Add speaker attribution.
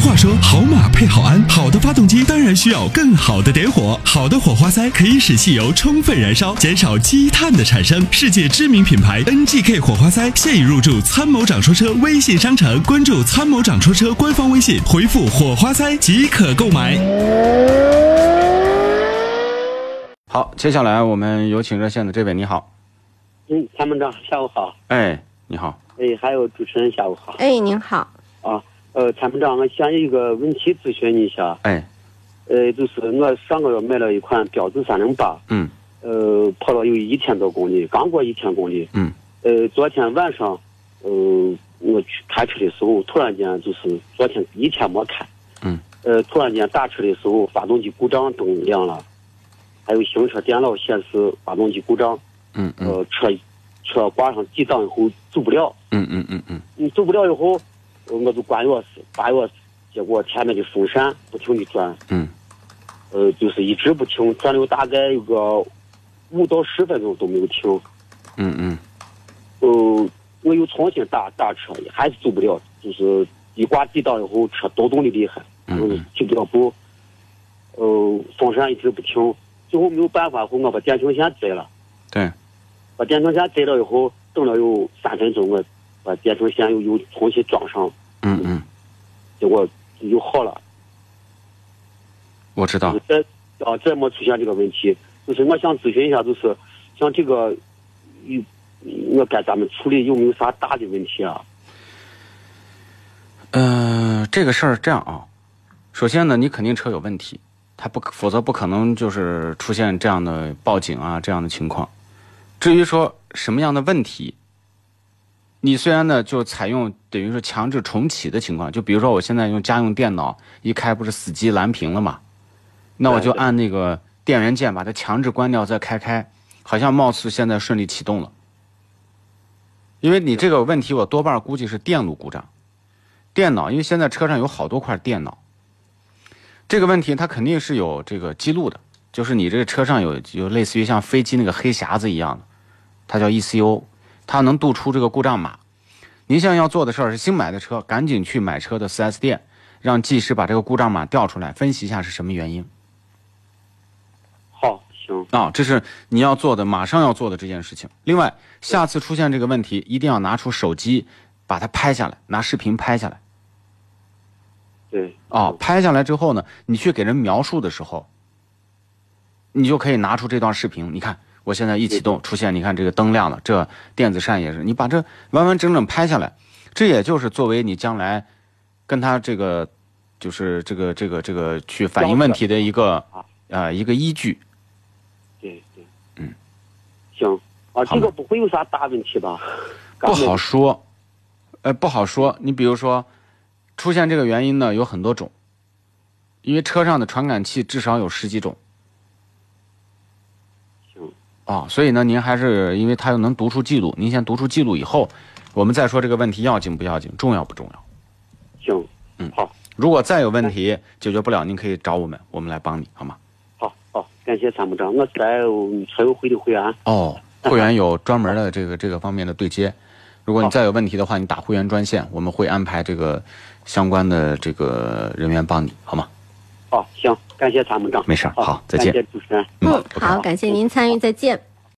Speaker 1: 话说，好马配好鞍，好的发动机当然需要更好的点火。好的火花塞可以使汽油充分燃烧，减少积碳的产生。世界知名品牌 NGK 火花塞现已入驻参谋长说车微信商城，关注参谋长说车官方微信，回复火花塞即可购买。
Speaker 2: 好，接下来我们有请热线的这位，你好。
Speaker 3: 嗯，参谋长下午好。
Speaker 2: 哎，你好。
Speaker 3: 哎，还有主持人下午好。
Speaker 4: 哎，您好，
Speaker 3: 啊，呃，参谋长，我想有一个问题咨询你一下。
Speaker 2: 哎，
Speaker 3: 呃，就是我上个月买了一款标致三零八，
Speaker 2: 嗯
Speaker 3: 呃，跑了有一千多公里，刚过一千公里。
Speaker 2: 嗯。
Speaker 3: 呃，昨天晚上，呃，我去开车的时候，突然间就是昨天一天没开。
Speaker 2: 嗯。
Speaker 3: 呃，突然间打车的时候，发动机故障灯亮了，还有行车电脑显示发动机故障，
Speaker 2: 嗯嗯
Speaker 3: 呃，车车挂上 G 档以后走不了。
Speaker 2: 嗯嗯嗯嗯
Speaker 3: 你走不了以后，呃我就关钥匙，拔钥匙，结果前面的风扇不停的转，
Speaker 2: 嗯
Speaker 3: 呃，就是一直不停，转了有大概有个五到十分钟都没有停。
Speaker 2: 嗯嗯
Speaker 3: 呃，我又重新打打车，还是走不了，就是一挂 G 档以后，车抖动的厉害，
Speaker 2: 嗯
Speaker 3: 我就起不了步。呃，风扇一直不停，最后没有办法后，我把电瓶线摘了，
Speaker 2: 对，
Speaker 3: 把电瓶线摘了以后，等了有三分钟，我把电瓶线又又重新装上，
Speaker 2: 嗯嗯，
Speaker 3: 结果又好了。
Speaker 2: 我知道
Speaker 3: 就。再啊再没出现这个问题。就是我想咨询一下，就是像这个，有我该咱们处理有没有啥大的问题啊？
Speaker 2: 呃，这个事儿这样啊，首先呢，你肯定车有问题，它不可，否则不可能就是出现这样的报警啊这样的情况。至于说什么样的问题，你虽然呢就采用等于说强制重启的情况，就比如说我现在用家用电脑一开不是死机蓝屏了嘛，那我就
Speaker 3: 对对
Speaker 2: 按那个电源键把它强制关掉再开开，好像貌似现在顺利启动了。因为你这个问题，我多半估计是电路故障。电脑，因为现在车上有好多块电脑。这个问题它肯定是有这个记录的，就是你这个车上有有类似于像飞机那个黑匣子一样的，它叫 ECU，它能读出这个故障码。您现在要做的事儿是新买的车，赶紧去买车的 4S 店，让技师把这个故障码调出来，分析一下是什么原因
Speaker 3: 好，行，
Speaker 2: 啊、这是你要做的，马上要做的这件事情。另外，下次出现这个问题，一定要拿出手机把它拍下来，拿视频拍下来。
Speaker 3: 对，
Speaker 2: 哦，拍下来之后呢，你去给人描述的时候，你就可以拿出这段视频。你看，我现在一启动出现，你看这个灯亮了，这电子扇也是，你把这完完整整拍下来，这也就是作为你将来跟他这个就是这个这个这个去反映问题的一个
Speaker 3: 啊
Speaker 2: 呃一个依据。
Speaker 3: 对对，嗯，行啊，
Speaker 2: 好
Speaker 3: 这
Speaker 2: 的
Speaker 3: 个不会有啥大问题吧？
Speaker 2: 不好
Speaker 3: 咱们，
Speaker 2: 说，呃，不好说。你比如说，出现这个原因呢，有很多种，因为车上的传感器至少有十几种。
Speaker 3: 行
Speaker 2: 啊、所以呢，您还是因为它又能读出记录，您先读出记录以后，我们再说这个问题要紧不要紧，重要不重要。
Speaker 3: 行，
Speaker 2: 嗯
Speaker 3: 好，
Speaker 2: 如果再有问题解决不了，您可以找我们，我们来帮你，好吗？
Speaker 3: 好，好，感谢参谋长，我是嗯来我们车友会的会员。
Speaker 2: 哦，会员有专门的这个这个方面的对接。如果你
Speaker 3: 好
Speaker 2: 再有问题的话，你打会员专线，我们会安排这个相关的这个人员帮你，好吗？
Speaker 3: 好，行，感谢参谋长。
Speaker 2: 没事儿好再见
Speaker 3: 感谢主持人。
Speaker 4: 嗯，
Speaker 2: 不客气
Speaker 4: 好，感谢您参与，再见。